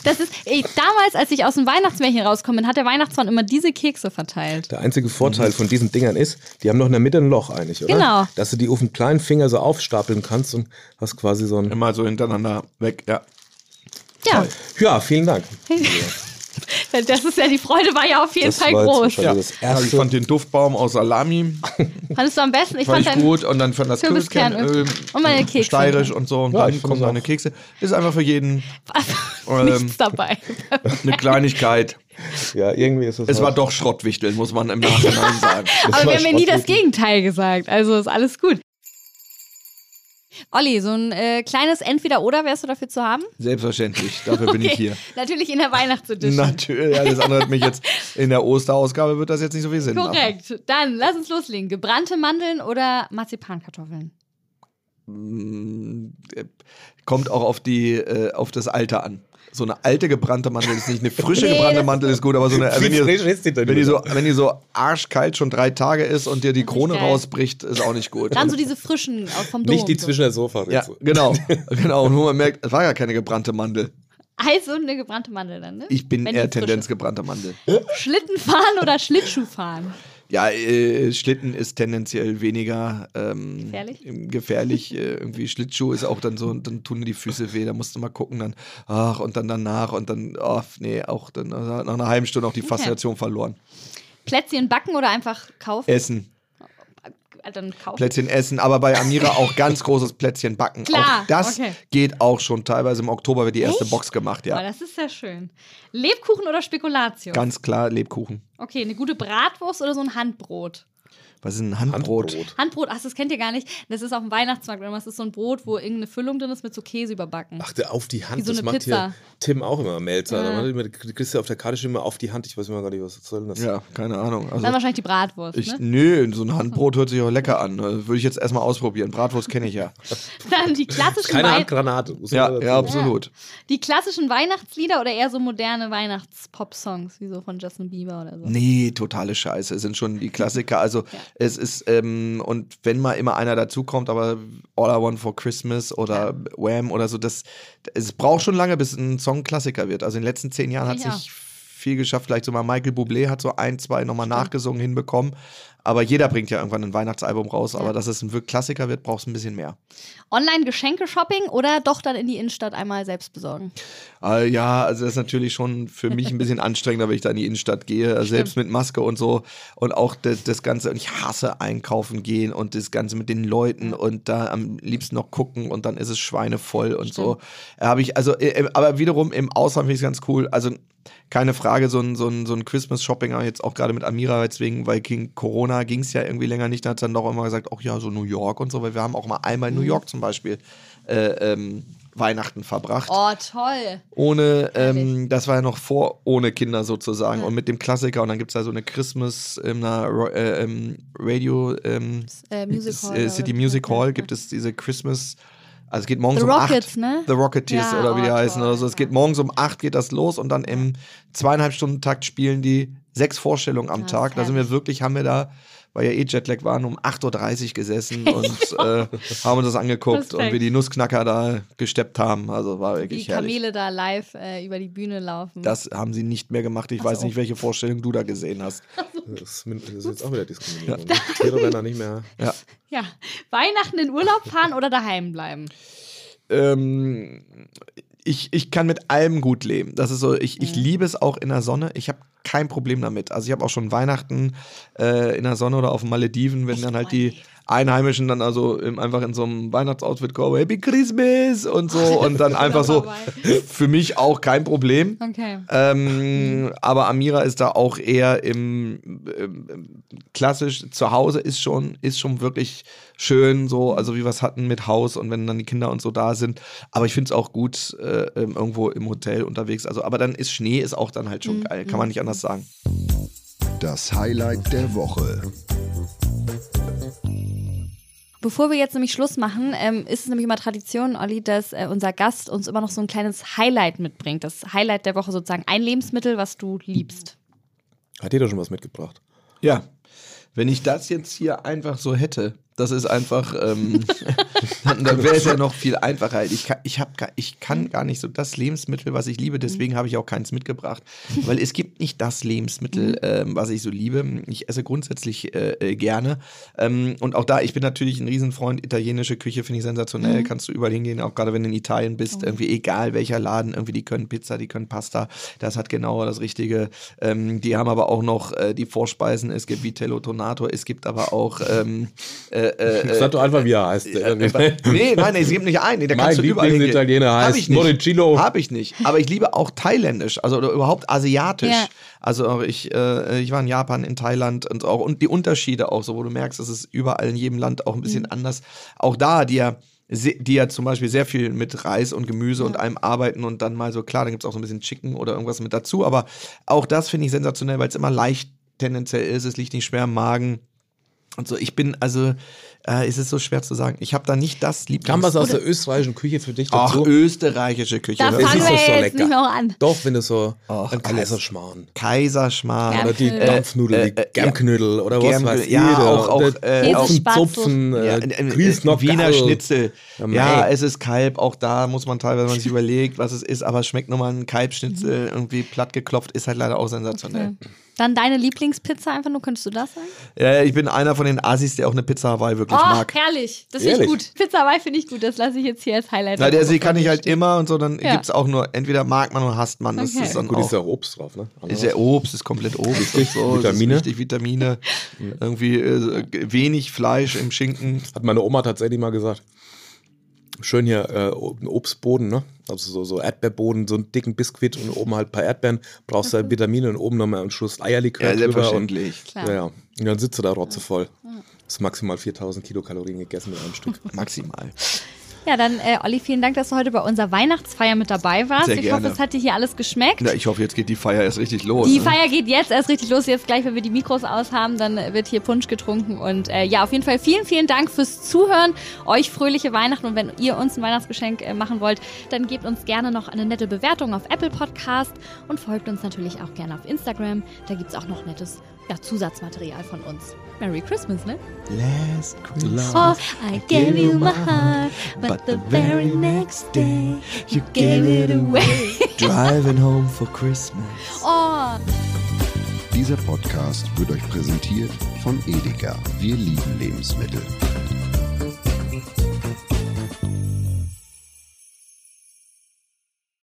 Das ist, ey, damals, als ich aus dem Weihnachtsmärchen rauskomme, hat der Weihnachtsmann immer diese Kekse verteilt. Der einzige Vorteil von diesen Dingern ist, die haben doch in der Mitte ein Loch eigentlich, oder? Mhm. Genau. Dass du die auf dem kleinen Finger so aufstapeln kannst und hast quasi so ein. Immer so hintereinander weg, ja. Ja, Ja, vielen Dank. das ist ja, die Freude war ja auf jeden Das Fall war jetzt groß. wahrscheinlich- Also das erste- ich fand den Duftbaum aus Salami Fandest du am besten? Ich fand fand ich dein gut und dann fand das Kürbiskernöl Kürbiskernöl und meine Kekse. steirisch und so und Ja, ich dann find's kommen seine auch. Kekse. Ist einfach für jeden ähm, nichts dabei. eine Kleinigkeit. Ja, irgendwie ist es. Es war halt- doch Schrottwichteln, muss man im Nachhinein sagen. Aber wir war haben ja nie das Schrottwichteln. Gegenteil gesagt. Also ist alles gut. Olli, so ein äh, kleines Entweder-Oder wärst du dafür zu haben? Selbstverständlich, dafür bin ich hier. Natürlich in der Weihnachtsedition. Natürlich, ja, das andere hat mich jetzt in der Osterausgabe wird das jetzt nicht so viel Sinn machen. Korrekt. Dann lass uns loslegen. Gebrannte Mandeln oder Marzipankartoffeln? Mm, Kommt auch äh, auf die äh, auf das Alter an. so eine alte gebrannte Mandel ist nicht. Eine frische Nee, gebrannte das- Mandel ist gut, aber so eine. Wie Wenn frisch ist die die, denn wenn die, so, überhaupt? wenn die so arschkalt schon drei Tage ist und dir die Krone geil. rausbricht, ist auch nicht gut. Dann so diese frischen aus vom Dom. Nicht die so. zwischen der sofa ja, genau. genau. Und wo man merkt, es war ja keine gebrannte Mandel. Also eine gebrannte Mandel dann, ne? Ich bin Wenn die eher frische- Tendenz gebrannte Mandel. Schlittenfahren oder Schlittschuhfahren? Ja, äh, Schlitten ist tendenziell weniger ähm, Gefährlich? ähm, gefährlich. äh, irgendwie Schlittschuh ist auch dann so, und dann tun dir die Füße weh, da musst du mal gucken, dann, ach, und dann danach und dann, ach, nee, auch dann äh, nach einer halben Stunde auch die Faszination verloren. Plätzchen backen oder einfach kaufen? Äh, Essen, Dann kaufen. Plätzchen essen, aber bei Amira auch ganz großes Plätzchen backen. Klar, auch das okay. geht auch schon. Teilweise im Oktober wird die erste Echt? Box gemacht, Oh, ja. das ist ja schön. Lebkuchen oder Spekulatius? Ganz klar Lebkuchen. Okay, eine gute Bratwurst oder so ein Handbrot? Was ist ein Handbrot? Handbrot, ach, das kennt ihr gar nicht. Das ist auf dem Weihnachtsmarkt. oder was. Das ist so ein Brot, wo irgendeine Füllung drin ist mit so Käse überbacken. Achte auf die Hand, Wie so das eine macht Pizza. hier Tim auch immer am Melzer. Ja. Da macht er immer- Du kriegst ja auf der Karte schon immer auf die Hand. Ich weiß immer gar nicht, was soll denn das? Ja, keine Ahnung. Also, Dann wahrscheinlich die Bratwurst, ich, ne? nö, so ein Handbrot hört sich auch lecker an. Also, Würde ich jetzt erstmal ausprobieren. Bratwurst kenne ich ja. Dann die klassischen, Keine Wei Handgranate. muss man Ja, dazu ja, sagen. absolut. die klassischen Weihnachtslieder oder eher so moderne Weihnachts-Pop-Songs, wie so von Justin Bieber oder so. Nee, totale Scheiße. Es sind schon die Klassiker. Also es ist, ähm, und wenn mal immer einer dazukommt, aber All I Want for Christmas oder Wham oder so, das, es braucht schon lange, bis ein Song Klassiker wird. Also in den letzten zehn Jahren hat Ich auch. sich viel geschafft. Vielleicht so mal Michael Bublé hat so ein, zwei nochmal nachgesungen, hinbekommen. Aber jeder bringt ja irgendwann ein Weihnachtsalbum raus. Aber dass es ein wirklich Klassiker wird, braucht es ein bisschen mehr. Online-Geschenke-Shopping oder doch dann in die Innenstadt einmal selbst besorgen? Äh, ja, also das ist natürlich schon für mich ein bisschen anstrengender, wenn ich da in die Innenstadt gehe, also selbst mit Maske und so und auch das, das Ganze. Und ich hasse einkaufen gehen und das Ganze mit den Leuten und da am liebsten noch gucken und dann ist es schweinevoll und so. Habe ich also, äh, aber wiederum im Ausland finde ich es ganz cool. Also keine Frage, so ein, so ein, so ein Christmas-Shopping, aber jetzt auch gerade mit Amira, deswegen, weil gegen Corona ging es ja irgendwie länger nicht, da hat sie dann doch immer gesagt, ach ja, so New York und so, weil wir haben auch mal einmal in New York zum Beispiel äh, ähm, Weihnachten verbracht Oh, toll. ohne, ähm, das war ja noch vor ohne Kinder sozusagen und mit dem Klassiker und dann gibt es da so eine Christmas in einer Ro- äh, ähm, Radio ähm, Äh, Music Hall. äh, oder City was Music das heißt, Hall ja. gibt es diese Christmas, also es geht morgens The um Rockets, 8. ne? The Rocketeers Ja, oder wie die oh, heißen toll, oder so. Es ja. geht morgens um 8 geht das los und dann im zweieinhalb Stunden Takt spielen die sechs Vorstellungen am Das ist Tag. Da sind wir herrlich. wirklich, haben wir da weil ja eh Jetlag waren, um 8.30 Uhr gesessen und äh, haben uns das angeguckt und Perfekt. wie die Nussknacker da gesteppt haben. Also war Die wirklich herrlich. Kamele da live äh, über die Bühne laufen. Das haben sie nicht mehr gemacht. Ich Ach weiß so. nicht, welche Vorstellung du da gesehen hast. Das ist, min- das ist jetzt auch wieder Diskriminierung. ne? Tiere werden da nicht mehr. Ja. ja, Weihnachten in Urlaub fahren oder daheim bleiben. Ähm, ich, ich kann mit allem gut leben. Das ist so, ich, ich liebe es auch in der Sonne. Ich habe kein Problem damit. Also ich habe auch schon Weihnachten äh, in der Sonne oder auf den Malediven, wenn dann halt die Einheimischen dann also im, einfach in so einem Weihnachtsoutfit kommen, Happy Christmas und so und dann einfach so für mich auch kein Problem. Okay. Ähm, aber Amira ist da auch eher im ähm, klassisch zu Hause ist schon ist schon wirklich schön so also wie wir es hatten mit Haus und wenn dann die Kinder und so da sind aber ich finde es auch gut äh, ähm, irgendwo im Hotel unterwegs also aber dann ist Schnee ist auch dann halt schon geil kann man nicht anders sagen Das Highlight der Woche. Bevor wir jetzt nämlich Schluss machen, ähm, ist es nämlich immer Tradition, Olli, dass äh, unser Gast uns immer noch so ein kleines Highlight mitbringt. Das Highlight der Woche sozusagen. Ein Lebensmittel, was du liebst. Hat jeder schon was mitgebracht? ja wenn ich das jetzt hier einfach so hätte das ist einfach ähm, dann, dann wäre es ja noch viel einfacher ich kann, ich, hab, gar- ich kann gar nicht so das Lebensmittel was ich liebe deswegen habe ich auch keins mitgebracht weil es gibt nicht das Lebensmittel ähm, was ich so liebe ich esse grundsätzlich äh, äh, gerne ähm, und auch da ich bin natürlich ein Riesenfreund italienische Küche finde ich sensationell kannst du überall hingehen auch gerade wenn du in Italien bist irgendwie egal welcher Laden irgendwie die können Pizza die können Pasta das hat genau das richtige ähm, die haben aber auch noch äh, die Vorspeisen es gibt Vitello Tonato es gibt aber auch ähm, äh, äh, äh, Sag doch einfach, wie er heißt. äh, nee, nein, nee, es gibt nicht ein. Nee, da Mein kannst du überall hingehen. Lieblingsitaliener Hab heißt ich nicht. Morricino. Hab ich nicht. Aber ich liebe auch thailändisch, also oder überhaupt asiatisch. Ja. Also ich, äh, ich war in Japan, in Thailand und auch und die Unterschiede auch so, wo du merkst, es ist überall in jedem Land auch ein bisschen anders. Auch da, die ja se- die ja zum Beispiel sehr viel mit Reis und Gemüse und allem arbeiten und dann mal so, klar, dann gibt es auch so ein bisschen Chicken oder irgendwas mit dazu, aber auch das finde ich sensationell, weil es immer leicht tendenziell ist, es liegt nicht schwer im Magen Und so, ich bin, also, äh, es ist so schwer zu sagen. Ich habe da nicht das Kam was Lieblings... aus der österreichischen Küche für dich Ach, dazu? österreichische Küche. Da hör mal. fangen ist wir doch so jetzt lecker. nicht mehr an. Doch, wenn du so Ach, ein alles. Kaiserschmarrn Kaiserschmarrn. Ja. oder die Äh, Dampfnudel, äh, äh, die Germknödel oder was Germknödel, weiß ich. ja, oder auch- auch, der äh, auf dem Käsespatzen. Zupfen, Ja, äh, in- in- Griesnock, Wiener Gall. Schnitzel. Ja, mei. Ja, es ist Kalb, auch da muss man teilweise, wenn man sich überlegt, was es ist, aber es schmeckt nochmal ein Kalbschnitzel, Mhm. irgendwie platt geklopft, ist halt leider auch sensationell. Hm. Dann deine Lieblingspizza einfach nur, könntest du das sagen? Oh, Äh, ich bin einer von den Asis, der auch eine Pizza Hawaii wirklich mag. herrlich. Das Ehrlich? Pizza Hawaii finde ich gut. Das lasse ich jetzt hier als Highlight. Na, der See kann ich halt immer und so, dann Ja. gibt's auch nur, entweder mag man oder hasst man. Das Okay. ist dann Gut, auch, ist ja auch Obst drauf, ne? ist ja Obst, ist komplett Obst. und so, es Vitamine. Ist richtig Vitamine. Irgendwie äh, wenig Fleisch im Schinken. Hat meine Oma tatsächlich mal gesagt. Schön hier äh, ein Obstboden, ne? Also so, so Erdbeerboden, so einen dicken Biskuit und oben halt ein paar Erdbeeren. Brauchst du halt Vitamine und oben nochmal einen Schuss Eierlikör Ja, drüber. Und, selbstverständlich. Klar. ja, ja. Und dann sitzt du da rotzevoll. Hast maximal 4000 Kilokalorien gegessen mit einem Stück. Maximal. Ja, dann, äh, Olli, vielen Dank, dass du heute bei unserer Weihnachtsfeier mit dabei warst. Sehr ich gerne. hoffe, es hat dir hier alles geschmeckt. Ja, ich hoffe, jetzt geht die Feier erst richtig los. die ne? Feier geht jetzt erst richtig los. Jetzt gleich, wenn wir die Mikros aus haben, dann äh, wird hier Punsch getrunken. Und äh, ja, auf jeden Fall vielen, vielen Dank fürs Zuhören. Euch fröhliche Weihnachten. Und wenn ihr uns ein Weihnachtsgeschenk äh, machen wollt, dann gebt uns gerne noch eine nette Bewertung auf Apple Podcast und folgt uns natürlich auch gerne auf Instagram. Da gibt's auch noch nettes ja, Zusatzmaterial von uns. Merry Christmas, ne? Last Christmas. Oh, I gave you my heart, but the very next day you gave it away. Driving home for Christmas. Oh. Dieser Podcast wird euch präsentiert von Edeka. Wir lieben Lebensmittel.